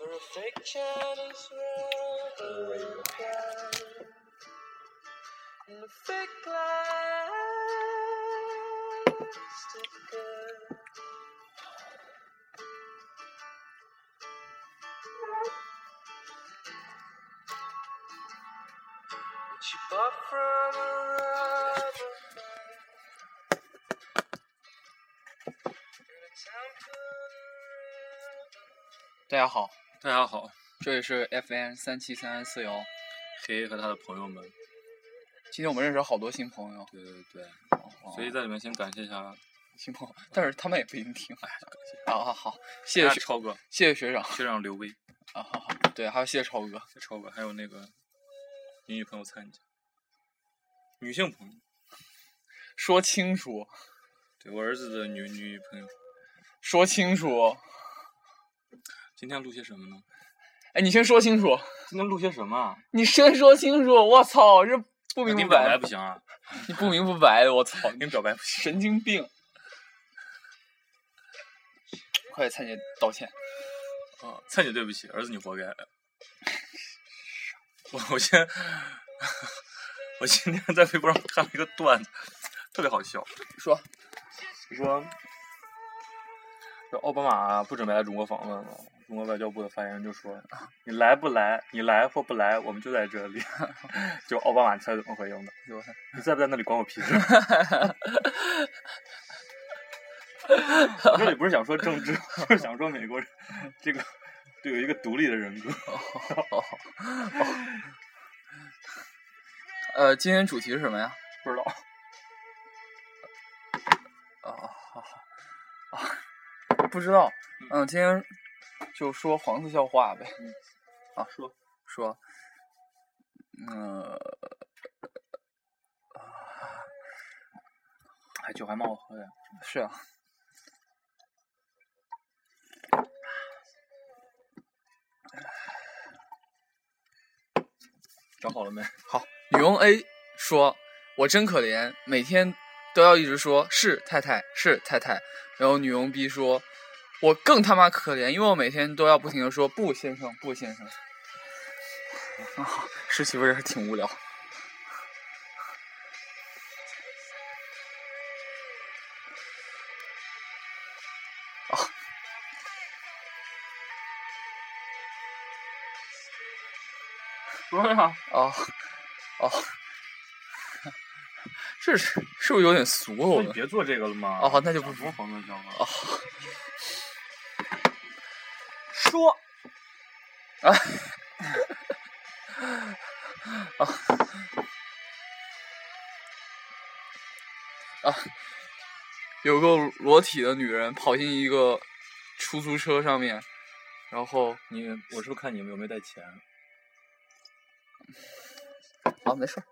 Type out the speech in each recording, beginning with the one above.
Perfection is never required. Perfect lies to good. What you bought from a rubber man. You're the time put 大家好，大家好，这里是 FM 三七三四幺。黑和他的朋友们，今天我们认识了好多新朋友，对对对，哦所以在里面先感谢一下新朋友，但是他们也不一定听。哎啊啊好，谢谢大家学超哥、谢谢学长学长刘威、啊好好，对，还有谢谢超哥，超哥，还有那个你女朋友参加，女性朋友，说清楚，对我儿子的女女朋友。说清楚，今天录些什么呢？哎，你先说清楚，今天录些什么啊？你先说清楚，我操，这不我明跟你不表白白，不行啊，你不明不白的，我操，我你跟你表白不行。神经病！快灿姐道歉， 啊，灿姐对不起，儿子你活该。 我我先， 我今天在微博上看了一个段子，特别好笑。说你说，这奥巴马不准备来中国访问了。中国外交部的发言人就说：“你来不来，你来或不来，我们就在这里。” 就奥巴马，你猜怎么回应的？怎么回你在不在那里管我屁事？ 我这里不是想说政治， 就是想说美国人这个就有一个独立的人格。呃，今天主题是什么呀？不知道，啊好好啊，不知道，嗯，今天就说黄色笑话呗，说说，嗯、呃，哎，酒还蛮好喝的。是啊，找好了没？女佣 A 说，我真可怜，每天都要一直说是太太是太太，然后女佣 B 说，我更他妈可怜，因为我每天都要不停的说不先生不先生，啊， 实习不是挺无聊。说呀，哦，哦， 这是是不是有点俗啊？我那你们别做这个了嘛。哦好那就不讲什么黄色笑话。哦，说。有个裸体的女人跑进一个出租车上面，然后你，我是不是看你们有没有带钱？啊没事儿，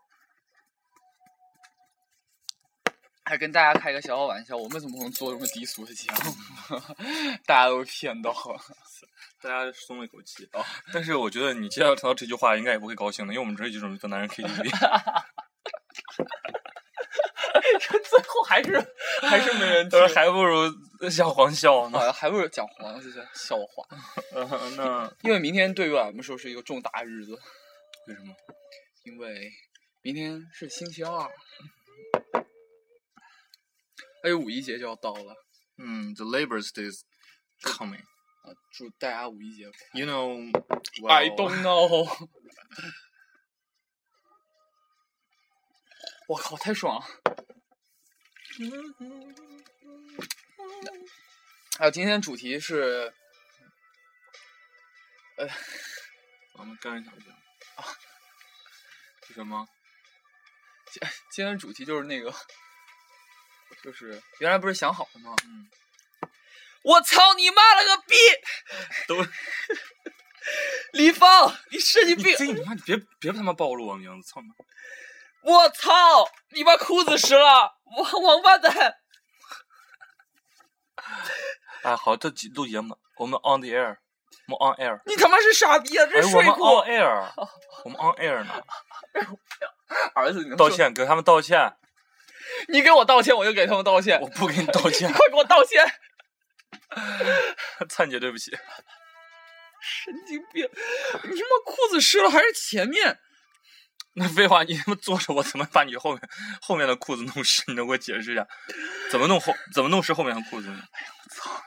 还跟大家开个小小玩笑，我们怎么能做这么低俗的节目？ 大家都被骗到了。 大家松了一口气啊！ 但是我觉得你接下来听到这句话应该也不会高兴的，因为我们这一集准备做男人 KTV，最后还是还是没人听但，是还不如像黄笑 呢。嗯啊还不是讲黄色笑话，那因为明天对于我们说是一个重大日子。为什么？因为明天是星期二，还有五一节就要到了嗯，The Labor Day is coming. 啊！祝大家五一节哦快 You know, ！I don't 哦 know。我靠，太爽了！Uhum. 还有啊今天主题是我们干一下不行啊？ 是什么？今天主题就是那个，就是原来不是想好了吗？嗯我操你妈了个逼！都李芳，你神 经你病！这你看，别别他妈暴露我名字，操你妈！我操！你把裤子湿了，王王八蛋！哎，好，这集录节目，我们 on the air，我们 on air，你他妈是傻逼啊！哎这，是睡我们裤。 on air，我们 on air 呢，儿子，你能道说，歉，给他们道歉，你给我道歉，我就给他们道歉。我不给 你道歉你，快给我道歉！灿姐，对不起。神经病！你他妈裤子湿了还是前面？ 那废话，你他妈坐着我怎么把你后面后面的裤子弄湿？你能给我解释一下，怎么弄后怎么弄湿后面的裤 子呢？哎呀，我操！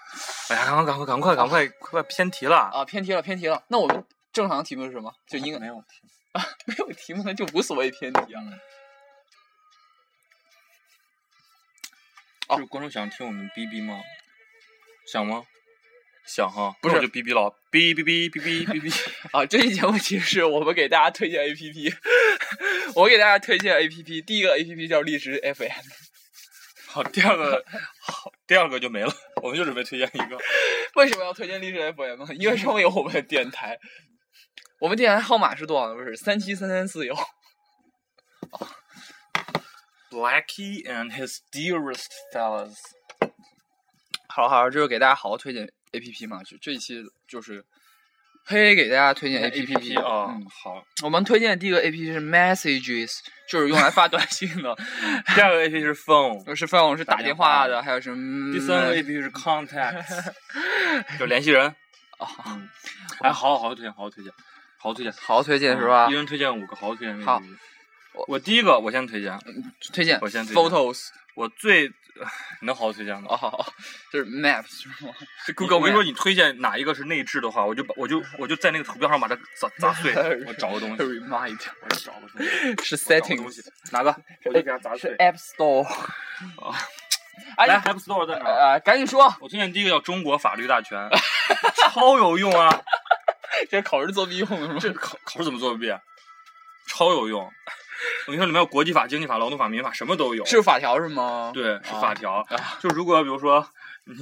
哎呀，赶快赶快赶快赶快快偏题了！啊，偏题了，偏题了。那我们正常的题目是什么？就应该没有题， 没有题目，那就无所谓偏题啊。哦就是观众想听我们哔哔吗？想吗？想哈，不那我是就哔哔了，哔哔哔哔哔哔哔。啊，这期节目其实是我们给大家推荐 A P P，我给大家推荐 A P P，第一个 A P P 叫荔枝 F M， 好，第二个好，第二个就没了，我们就准备推荐一个。为什么要推荐荔枝 FM 呢？因为上面有我们的电台，我们电台号码是多少呢？不是三七三三四幺。 Blackie and his dearest fellas。好了好了，就是给大家好好推荐 A P P 嘛，就这一期就是嘿给大家推荐 A P P P 啊，嗯，好。我们推荐的第一个 A P P 是 Messages，就是用来发短信 的，第二个 A P P 是 Phone，是范老师打打电电话话的，还有什么？嗯第三个 A P P 是 Contacts，就联系 人。啊，嗯，哎，好好好好推荐，好好推荐，好好推荐。好好推荐嗯是吧一？人推荐五个，好好推荐。好，我我第一个我先推荐，推荐我先推荐 Photos，我最能好好推荐吗？哦，好就是 Maps 是吗我跟你说， Maps。你推荐哪一个是内置的话，我就把我就我就在那个图标上把它砸砸碎我找个东西， Remind 我找个东西，是我找个东 Settings 西，哪个？我就给它砸是碎。 App Store 哦哎来你，App Store 在哪儿？呃，赶紧说，我推荐第一个叫《中国法律大全》， 超有用啊！这是考试作弊用的是这吗？考考试怎么作弊？啊超有用！我跟你说，里面有国际法、经济法、劳动法、民法，什么都有。是法条是吗？对，是法条。啊就如果比如说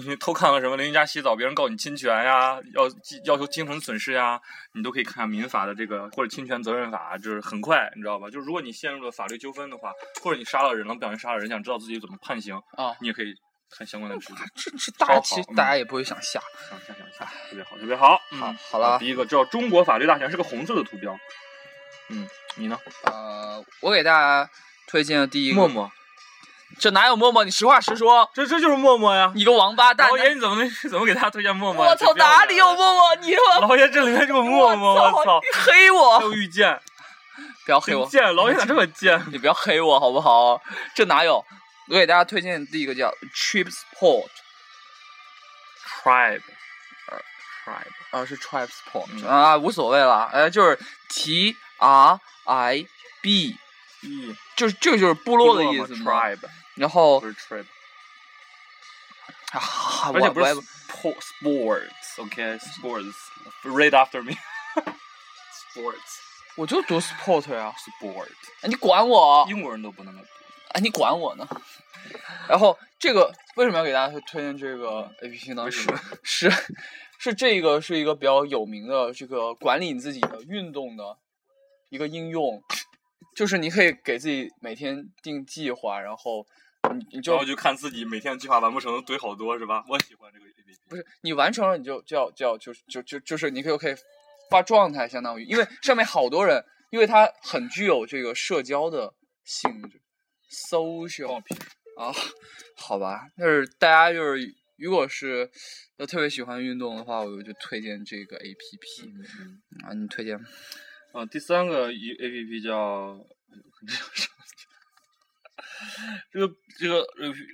你偷看了什么邻居家洗澡，别人告你侵权呀，要要求精神损失呀，你都可以看民法的这个或者侵权责任法，就是很快，你知道吧？就如果你陷入了法律纠纷的话，或者你杀了人了，不小心杀了人，想知道自己怎么判刑，啊，你也可以看相关的知识。这这大家超好其实嗯大家也不会想下。想想想想，特别好，特别好。好，嗯，好了，第一个叫中国法律大全，是个红色的图标。嗯，你呢？呃，我给大家推荐的第一个，默，默，这哪有默默？你实话实说，这这就是默默呀。你个王八蛋！老爷，你怎么能怎么给大家推荐默默呀？我操，你不要脸哪里有默默？你他妈老爷，这里面就有默默，我我操！你黑我！又遇见，不要黑真我，贱，老爷咋这么贱？你不要黑我好不好？这哪有？我给大家推荐第一个叫 Tripsport， Tribe，Tribe，啊是 Tripsport 嗯啊，无所谓了，哎就是 T R I B，咦，就是这个就是部落的意思嘛。 Tribe 然后不是 Tribe，啊，而且我不是我也 spo- Sports，OK，Sports，read after me，Sports，Sport，我就读 sport 呀、啊，你管我？英国人都不那么读，哎，你管我呢？然后这个为什么要给大家推推荐这个 A P P 呢？为是什么是是这个是一个比较有名的这个管理你自己的运动的一个应用，就是你可以给自己每天定计划，然后你你然就后就看自己每天计划完不成，堆好多是吧？我喜欢这个 APP，不是你完成了你就就要就要就就就就是你可以可以发状态，相当于因为上面好多人，因为它很具有这个社交的性质，social 啊，好吧，就是大家就是如果是要特别喜欢运动的话，我就推荐这个 A P P 嗯嗯啊，你推荐嗯啊，第三个一 APP 叫，这个这个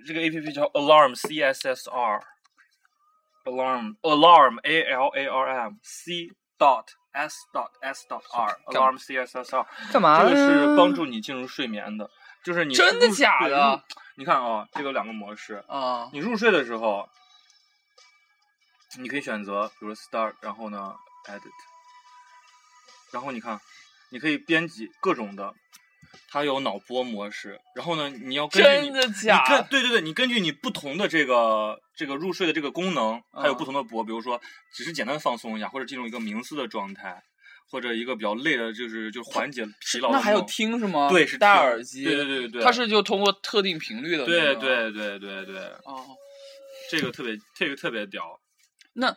这个 APP 叫 Alarm C S S R。alarm alarm a l a r m c dot s dot s dot r 干嘛 alarm c s s r 干嘛这个呢是帮助你进入睡眠的，就是你真的入假对入的你看啊、这个有两个模式，啊你入睡的时候，你可以选择，比如 start，然后呢 edit，然后你看，你可以编辑各种的，它有脑波模式，然后呢，你要根据你真的假你根对对对，你根据你不同的这个这个入睡的这个功能，还有嗯不同的波，比如说只是简单放松一下，或者进入一个冥思的状态，或者一个比较累的，就是就缓解疲劳的那还有梦听是吗？对是戴听耳机，对对对对对，它是就通过特定频率的那对种，啊对对对对，哦。这个特别这个特别屌，那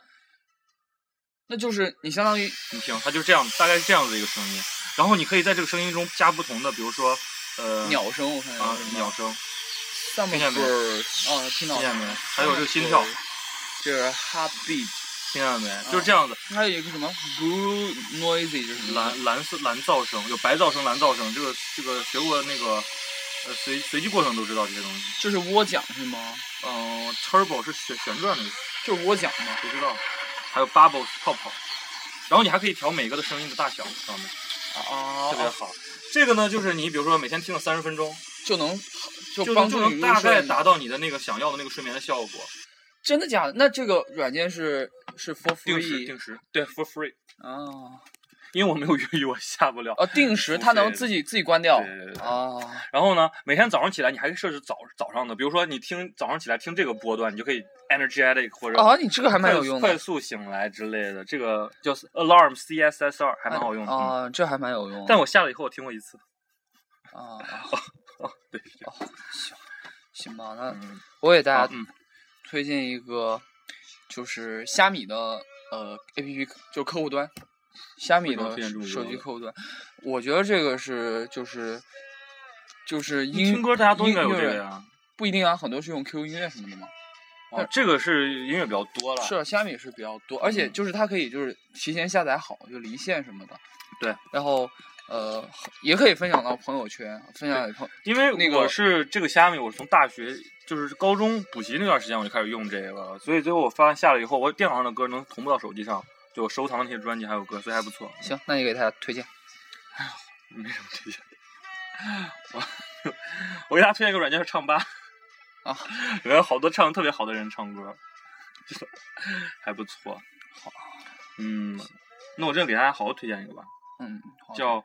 那就是你相当于你听，它就这样，大概是这样子一个声音，然后你可以在这个声音中加不同的，比如说呃鸟声，我看见啊有什么鸟声， Summer 听见没 bird，哦，听到听了见没还有这个心跳 Summer bird，就是 heartbeat，听见了啊没？就是这样子，还有一个什么 blue noisy 就是什么蓝蓝色蓝噪声，有白噪声、蓝噪声，这个这个学过那个呃随随机过程都知道这些东西。就是涡桨是吗？嗯、t u r b o 是旋旋转的意思，就是涡桨吗？谁知道？还有 bubble 是泡泡，然后你还可以调每个的声音的大小，知道吗？啊特别好。这个呢，就是你比如说每天听了三十分钟，就能就就帮能助就你入能大概睡达到你的那个想要的那个睡眠的效果。真的假的？那这个软件是是 for 定时 free 定时，对，for free。啊因为我没有越狱，我下不了。啊，定时付它能费自己自己关掉对对对对啊然后呢，每天早上起来，你还可以设置早早上的，比如说你听早上起来听这个波段，你就可以 energetic 或者啊！你这个还蛮有快用快的，速醒来之类的。这个叫 alarm CSSR 还蛮好用的。嗯啊，这还蛮有用的但我下了以后，我听过一次。啊。对，行吧，那嗯，我给大好家嗯，推荐一个，就是虾米的呃 A P P，就是客户端，虾米什么的推荐这么手多机呢客户端。我觉得这个是就是就是音听歌大家都应该有音这个乐呀。不一定啊，很多是用 QQ 音乐什么的嘛。哦，这个是音乐比较多了。是啊，虾米是比较多，而且嗯就是它可以就是提前下载好，就离线什么的。对，然后呃也可以分享到朋友圈，分享给朋因为那我个是这个虾米，我是从大学就是高中补习那段时间我就开始用这个了，所以最后我发现下了以后，我电脑上的歌能同步到手机上，就我收藏的那些专辑还有歌，所以还不错。行，那你给大家推荐没什么推荐。 我我给大家推荐一个软件是唱吧，啊，里面有好多唱得特别好的人唱歌， 就是还不错。好，嗯，那我这给大家好好推荐一个吧，嗯，好的叫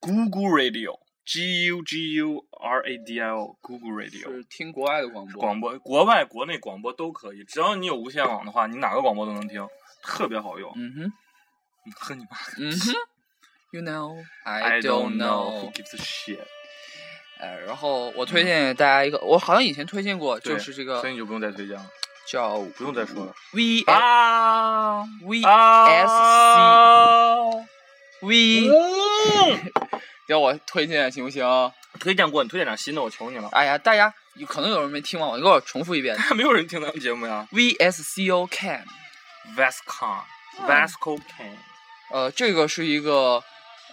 Google Radio。G U G U R A D I O Google Radio 是听国外的广播，广播，国外、国内广播都可以，只要你有无线网的话，你哪个广播都能听，特别好用。嗯哼，呵，你妈嗯哼。You know, I ！I don't know don't know who。gives a shit，呃，然后我推荐大家一个，我好像以前推荐过，就对是这个所以你就不用再推荐了，叫不用再说了。 V 啊 V 啊 V，嗯要我推荐行不行？推荐过，你推荐点新的，我求你了。 哎呀，大家有可能有人没听完，我给我重复一遍没有人听咱们节目呀。 V S C O Cam。 Vascon。Vasco Can，呃，这个是一个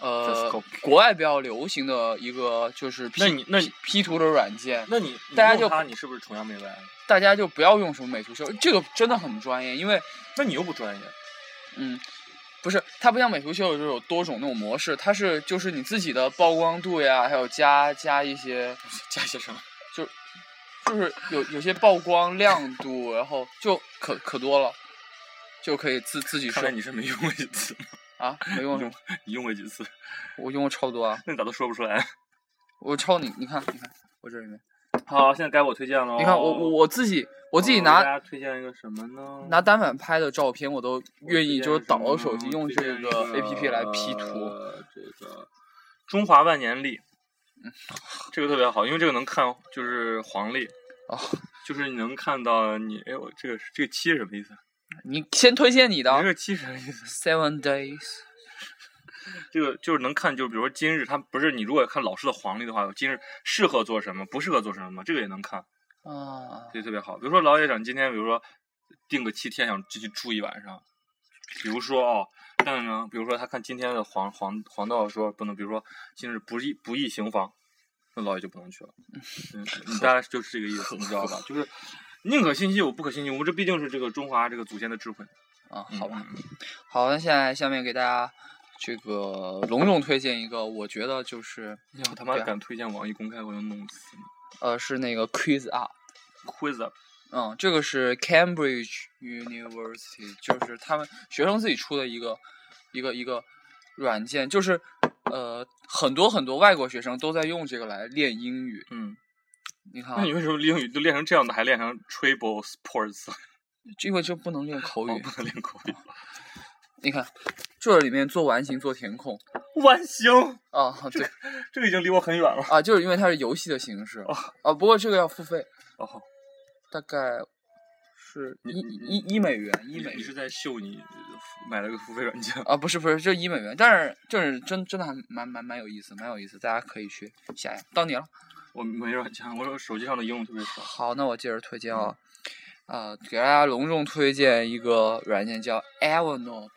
呃 Fiscal 国外比较流行的一个就是 P 那你那你 P 图的软件，那你你大家用就它你是不是崇洋媚外？啊大家就不要用什么美图秀，这个真的很专业，因为那你又不专业。嗯，不是它不像美图秀就是有多种那种模式，它是就是你自己的曝光度呀，还有加加一些加些什么？就是有有些曝光亮度，然后就可可多了，就可以自自己看说来你是没用过几次， 啊，没用什么，你用过几次？我用过超多啊，那你咋都说不出来？ 我超你，你看你看我这里面。好，现在该我推荐了。哦你看我我我自己我自己我给拿大家推荐一个什么呢？拿单反拍的照片，我都愿意就是导到到手机用这个呃 A P P 来 P 图。这个中华万年历，这个特别好，因为这个能看就是黄历，哦，就是你能看到你哎我这个这个七是什么意思？你先推荐你的你这个七是什么意思？ Seven Days，这个就是能看，就比如说今日，它不是你如果看老式的黄历的话，今日适合做什么，不适合做什么，这个也能看，啊，这个特别好。比如说老野长今天，比如说定个七天，想继续住一晚上，比如说哦，但呢，比如说他看今天的黄黄黄道说不能，比如说今日不宜不宜行房，那老野就不能去了。嗯，你大概就是这个意思，你知道吧？就是宁可信其有，不可信其无，这毕竟是这个中华这个祖先的智慧。啊，嗯好吧，，好，那现在下面给大家这个隆重推荐一个，我觉得就是要他妈对啊敢推荐网易公开，我就弄死你呃是那个 Quiz Up， ！Quiz up，嗯，这个是 Cambridge University，就是他们学生自己出的一个一个一个软件，就是呃很多很多外国学生都在用这个来练英语。嗯，你看、那啊你，为什么英语都练成这样的，还练成 Triple Sports？这个就不能练口我 语。哦不能练口语。你看，这里面做完形、做填空完形，啊，对这个已经离我很远了。啊，就是因为它是游戏的形式哦啊。不过这个要付费，哦，大概是你一你一一美元，一你美你是元在秀你呃付买了个付费软件？啊，不是不是，这一美元，但是就是真真的还蛮蛮蛮有意思，蛮有意思，大家可以去下呀。到你了。我没软件，我手机上的应用特别少。好，那我接着推荐啊、啊、给大家隆重推荐一个软件叫 Evernote。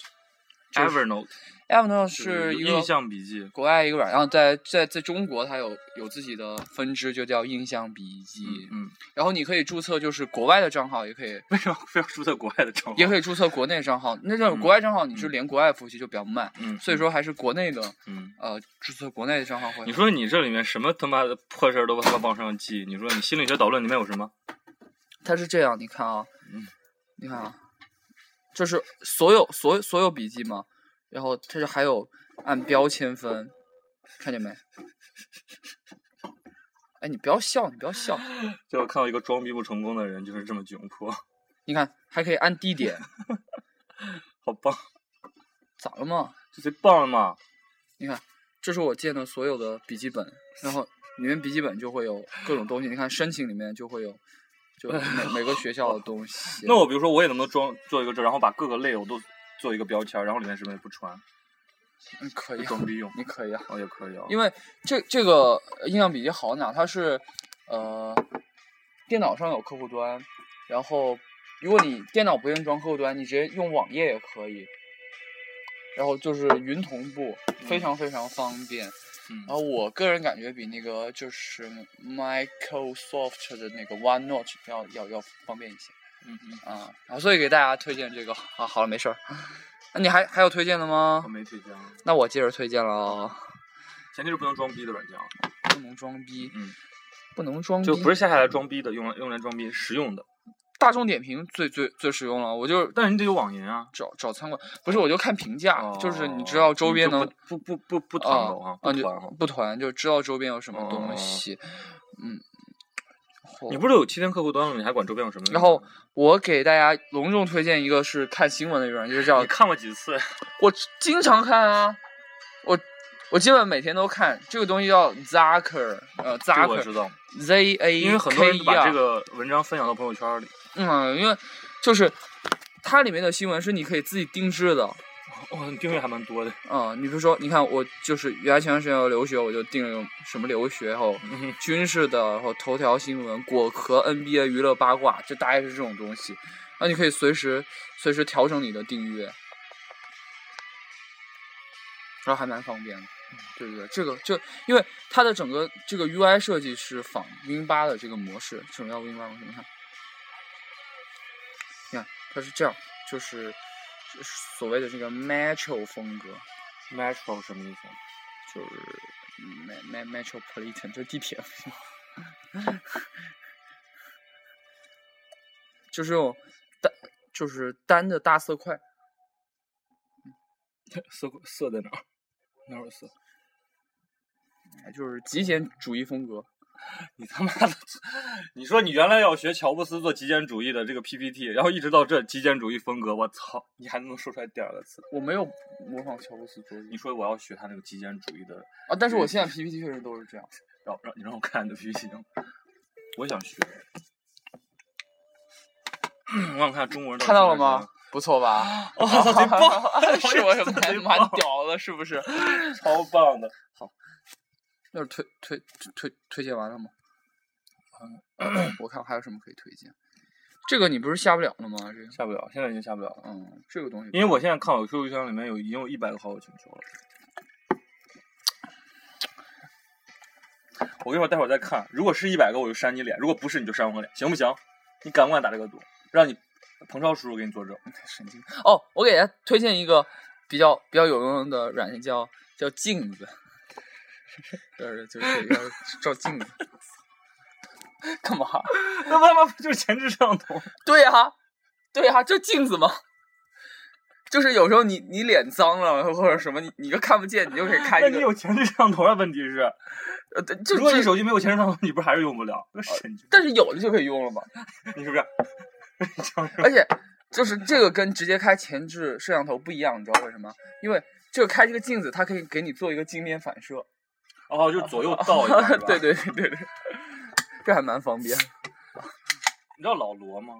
就是 Evernote Evernote 就是一个印象笔记，国外一个软件，然后在在在中国它有有自己的分支，就叫印象笔记。嗯，然后你可以注册就是国外的账号，也可以为什么非要注册国外的账号？也可以注册国内账号。那种嗯国外账号你是连国外服务器就比较慢，嗯，所以说还是国内的嗯，呃注册国内的账号会。你说你这里面什么他妈的破事儿都他妈往上记？你说你心理学导论里面有什么？它是这样，你看啊，嗯你看啊，这是所有所有所有笔记嘛，然后它就还有按标签分，看见没？哎，你不要笑，你不要笑，就我看到一个装逼不成功的人就是这么窘迫，你看还可以按地点，好棒，咋了嘛？这贼棒了嘛！你看，这是我建的所有的笔记本，然后里面笔记本就会有各种东西。你看申请里面就会有，就每每个学校的东西。 那我比如说我也能不能装做一个这，然后把各个类我都做一个标签儿，然后里面什么也不穿，嗯可以就啊，装逼用，你可以啊。哦也可以啊，因为这这个呃印象笔记好在哪？它是呃，电脑上有客户端，然后如果你电脑不愿意装客户端，你直接用网页也可以。然后就是云同步，非常非常方便。嗯然后我个人感觉比那个就是 Microsoft 的那个 OneNote 要要要方便一些嗯嗯，啊、然后所以给大家推荐这个啊，好了，没事儿。 那你还还有推荐的吗我？没推荐啊，那我接着推荐了啊，前提是不能装逼的软件啊，不能装逼，嗯，不能装逼，嗯就不是下下来装逼的，用来用来装逼实用的，大众点评最最最实用了，我就但是你得有网银啊，找找餐馆，不是我就看评价，哦就是你知道周边能就不不不不不团购啊啊啊，不就团哈。不团就知道周边有什么哦东西。你不是有七天客户端了吗？你还管周边有什么用啊？然后我给大家隆重推荐一个是看新闻的软件，就是叫你看过几 次？我经常看啊，我我基本每天都看这个东西叫 Zaker，呃这个我知，Zaker 道， Z A K E R，因为很多人都把这个文章分享到朋友圈里。 嗯，因为就是它里面的新闻是你可以自己定制的，哦，你订阅还蛮多的。 嗯，你比如说，你看我就是原来前段时间要留学，我就订了什么留学，然后嗯军事的，然后头条新闻、果壳、NBA、娱乐八卦，就大概是这种东西。然后你可以随时随时调整你的订阅，然后还蛮方便的，嗯对不对？这个就因为它的整个这个 UI 设计是仿 Win 八的这个模式，什么叫 Win 八模式？你看，你看它是这样，就是就是所谓的这个 Metro 风格。 Metro 什么意思？啊就是 met met metropolitan，就是地铁， 就是用单就是单的大色块，色色在哪儿？哪有色？ 哎就是极简主义风格。你他妈的！ 你说你原来要学乔布斯做极简主义的这个 PPT，然后一直到这极简主义风格，我操！你还能说出来第二个词？我没有模仿乔布斯做你说我要学他那个极简主义的，啊，但是我现在 PPT 确实都是这样。让让你让我看你的 PPT，我也想学。 我想看中国人到底 看到了学点什么吗？？不错吧？ 我操，贼棒！是我也操蛮贼蛮棒屌的，是不 是？超棒的。那是推推推推荐完了吗？呃 我看还有什么可以推荐。这个你不是下不了了吗？这个，下不了，现在已经下不了了。嗯，这个东西因为我现在看我 QQ 箱里面有已经有一百个好友请求了。我跟你说，待会儿再看。如果是一百个，我就扇你脸；如果不是，你就扇我脸，行不行？你敢不敢打这个赌？让你彭超叔叔给你作证。神经哦！我给大家推荐一个比较比较有用的软件叫，叫镜子，就是就是要照镜子。干嘛？那他妈不就是前置摄像头？对呀、对呀、就镜子嘛。就是有时候你你脸脏了或者什么，你你就看不见，你就可以开那一你个。有前置摄像头啊？问题是，呃，对就如果你就手机没有前置摄像头，你不是还是用不了？那神经！但是有的就可以用了嘛。你是不是？你这样说而且就是这个跟直接开前置摄像头不一样，你知道为什么？因为这个开这个镜子，它可以给你做一个镜面反射。哦，就左右倒一 下是 吧对对对对对，这还蛮方便。你知道老罗吗？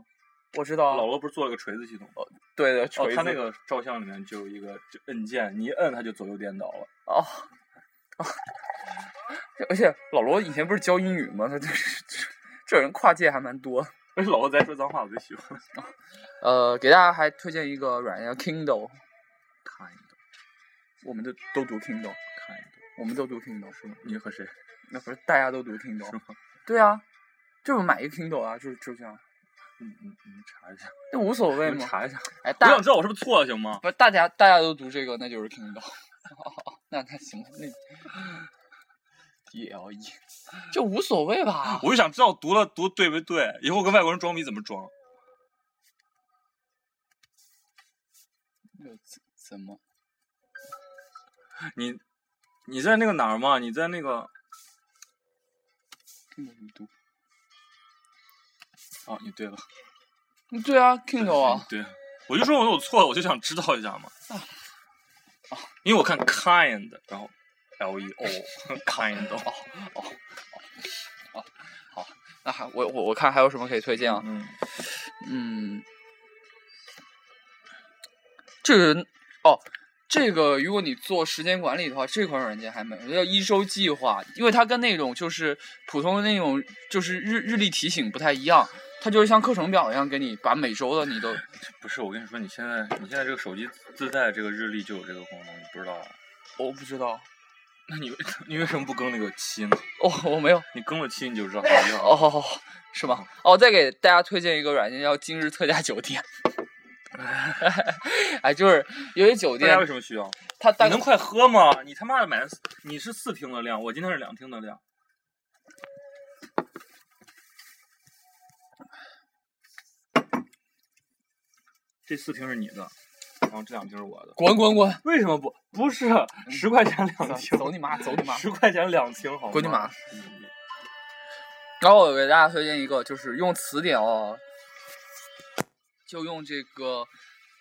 我知道老罗不是做了个锤子系统吗？对的，啊哦锤，子、他那个照相里面就有一个就摁键，你一摁它就左右颠倒了。 哦。 哦而且老罗以前不是教英语吗？他就是这这人跨界还蛮多。但是老子在说脏话，我最喜欢。呃，给大家还推荐一个软件叫 Kindle，看一个，我们都都读 Kindle，看一个，我们都读 Kindle 是吗？你和谁？那不是大家都读 Kindle 是吗对啊，就是买一个 Kindle 啊，就是就这样，你你你们嗯查一下，那无所谓你们嘛。查一下。哎，我大想知道我是不是错了，行吗？不是大家大家都读这个，那就是 Kindle。那那行吧，那 D L E，就无所谓吧。我就想知道读了读对不对，以后跟外国人装逼怎么装？又怎怎么？你你在那个哪儿嘛？你在那个 Kindle 怎么读？哦，你对了，嗯对啊，Kindle 啊， 对，我就说我有错了，我就想知道一下嘛。因为我看 kind，然后 L E O kind， 那还我我我看还有什么可以推荐啊？嗯，嗯，这个人哦，这个如果你做时间管理的话，这款软件还没有叫一周计划，因为它跟那种就是普通的那种就是日日历提醒不太一样，它就是像课程表一样给你把每周的你都不是，我跟你说，你现在你现在这个手机自带这个日历就有这个功能，你不知道啊？我不知道那你为 你为什么不更那个七呢？哦，我没有你更了七你就知道没有。哦，是吗？哦，再给大家推荐一个软件叫今日特价酒店， 哎，就是有些酒大家店为什么需要？它大哎你概能快喝吗？你他妈的买的四你是四听的量，我今天是两听的量。这四听是你的，然后这两听是我的。嗯滚滚滚，为什么不？不是十块钱两听，走你妈，走 你妈！十块钱两听好吗？滚你妈嗯！然后我给大家推荐一个，就是用词典哦，就用这个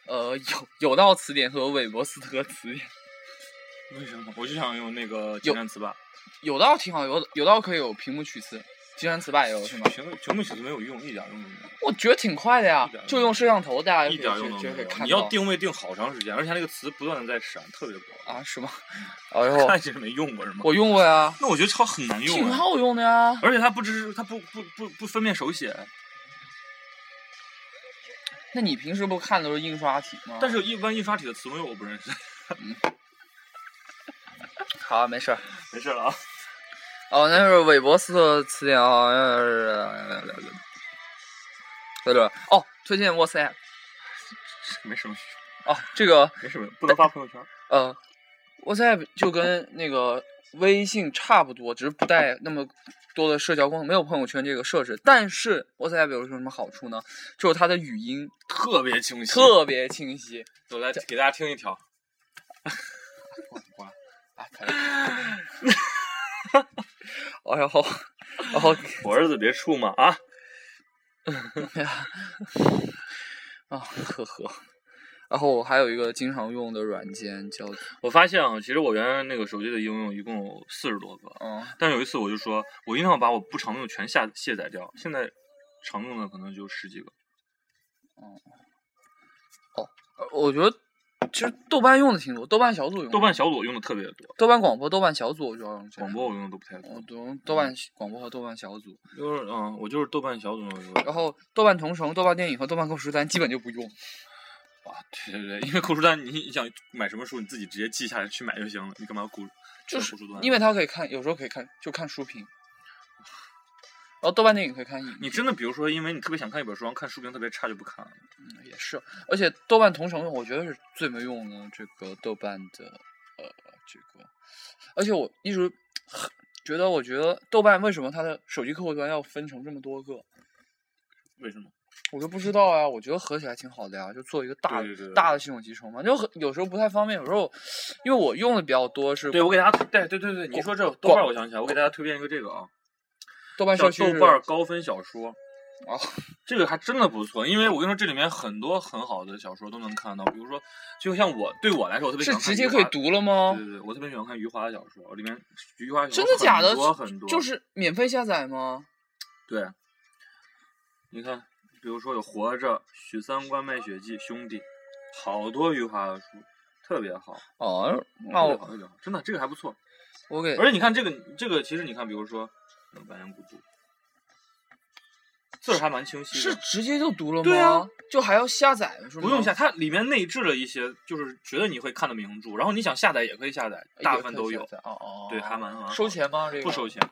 呃有有道词典和韦伯斯特词典。为什么？我就想用那个金山词霸，有道挺好，有有道可以有屏幕取词，金山词霸也有是吗？屏屏幕取词没有用，一点用都没有。我觉得挺快的呀一点，就用摄像头，大家一哎就点可以用都直没接可以有。看你要到定位定好长时间，而且它那个词不断的在闪，特别薄。啊是 吗？哎呦，看起来没用过是吗？我用过呀，那我觉得超很难用挺啊，好用的呀。而且它不支持，它不不不不分辨手写，那你平时不看的都是印刷体吗？但是一般印刷体的词汇我不认识。 好，没事儿。没事了啊，哦，那是韦伯斯特词典啊，呃对了，哦，推荐 WhatsApp 没什么，哦，这个没什么，不能发朋友圈。呃，WhatsApp 就跟那个微信差不多，只是不带那么多的社交功能，没有朋友圈这个设置。但是 WhatsApp 有什么好处呢？就是它的语音特别清晰。特别清晰走来给大家听一条。哇啊，可以。 哦，然后，然后 我儿子别处嘛啊！啊，呵呵。然后我还有一个经常用的软件叫， 我发现啊，其实我原来那个手机的应用一共有四十多个，嗯，但有一次我就说，我一定要把我不常用的全下卸载掉。现在常用的可能就十几个。呃我觉得其实豆瓣用的挺多，豆瓣小组用的，豆瓣小组用的特别多，豆瓣广播、豆瓣小组我主要用这广个。播我用的都不太多我。读豆瓣广播和豆瓣小组，就是嗯，我就是豆瓣小组用然的。后豆瓣同城、豆瓣电影和豆瓣购书单基本就不用。对对对，因为购书单你你想买什么书，你自己直接记下来去买就行了，你干嘛购就是购书单？因为它可以看，有时候可以看，就看书评。然后豆瓣电影可以看影你真的比如说，因为你特别想看一本书，然后看书评特别差就不看了。评，也是。而且豆瓣同城我觉得是最没用的这个豆瓣的呃这个，而且我一直很觉得，我觉得豆瓣为什么它的手机客户端要分成这么多个？为什么？我就不知道啊，我觉得合起来挺好的呀，就做一个大的对对对大的系统集成嘛。就很有时候不太方便，有时候因为我用的比较多是 对，我给大家对对对对，你说这豆瓣，我想起来，我给大家推荐一个这个啊，豆瓣社叫区豆是瓣高分小说。哦，这个还真的不错，因为我跟你说，这里面很多很好的小说都能看到，比如说，就像我对我来说，我特别喜是欢看直接余可以华读了吗对？对对，我特别喜欢看余华的小说，里面余华的小真说的假的很多很？多，就是免费下载吗？对。你看，比如说有《活着》《许三观卖血记》《兄弟》，好多余华的书，特别好，哦，那特别我好，特别好，真的这个还不错。我给而且你看这个，这个其实你看，比如说《嗯晚安孤独》，字儿还蛮清晰的。是直接就读了吗？对啊就还要下载是吗？不用下，，它里面内置了一些，就是觉得你会看的名著，然后你想下载也可以下载，大部分都有。哦哦，对，还蛮蛮好收钱吗？这个不收钱，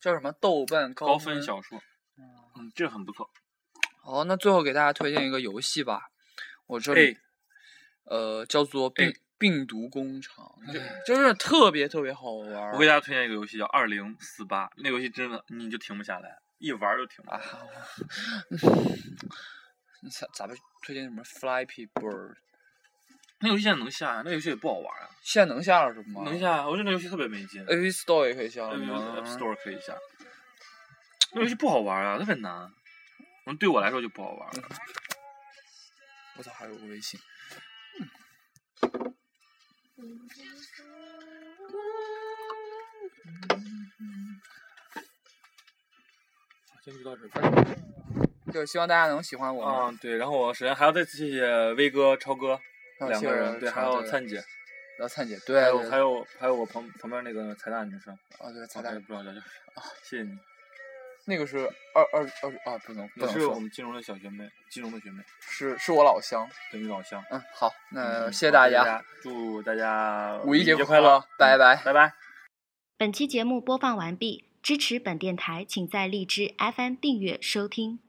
叫什么？豆瓣高分分小说，嗯，这个很不错。好，那最后给大家推荐一个游戏吧，我这里、哎，呃叫做病、哎病毒工厂， 就就是特别特别好玩儿。我给大家推荐一个游戏叫《二零四八》，那游戏真的你就停不下来，一玩儿就停不下啊来。，你咋咋不推荐什么 Flypy Bird？那游戏现在能下呀？那游戏也不好玩儿啊，现在能下了哎嗯是吗？能下呀？我觉得那游戏特别没劲。呃，App Store 也可以下了 App 吗 App Store 可以下。那游戏不好玩啊，特别难。嗯，对我来说就不好玩了。嗯我咋还有个微信？Uhum. 今天就到这儿。就是希望大家能喜欢我们。啊，对，然后我首先还要再谢谢威哥、超哥然后啊两谢个谢人，对，还有对灿姐，然后呃灿姐，对，还有还有有还有我旁旁边那个彩蛋女生，啊，对彩我也蛋，啊不知道叫叫啥，谢谢你，那个是二二二十啊，不能不你能是我说，们金融的小学妹，金融的学妹，是是我老乡。对你老乡。嗯，好，那嗯谢谢好大家，家，祝大家五一节快乐，拜拜。嗯拜拜。本期节目播放完毕，支持本电台，请在荔枝 FM 订阅收听。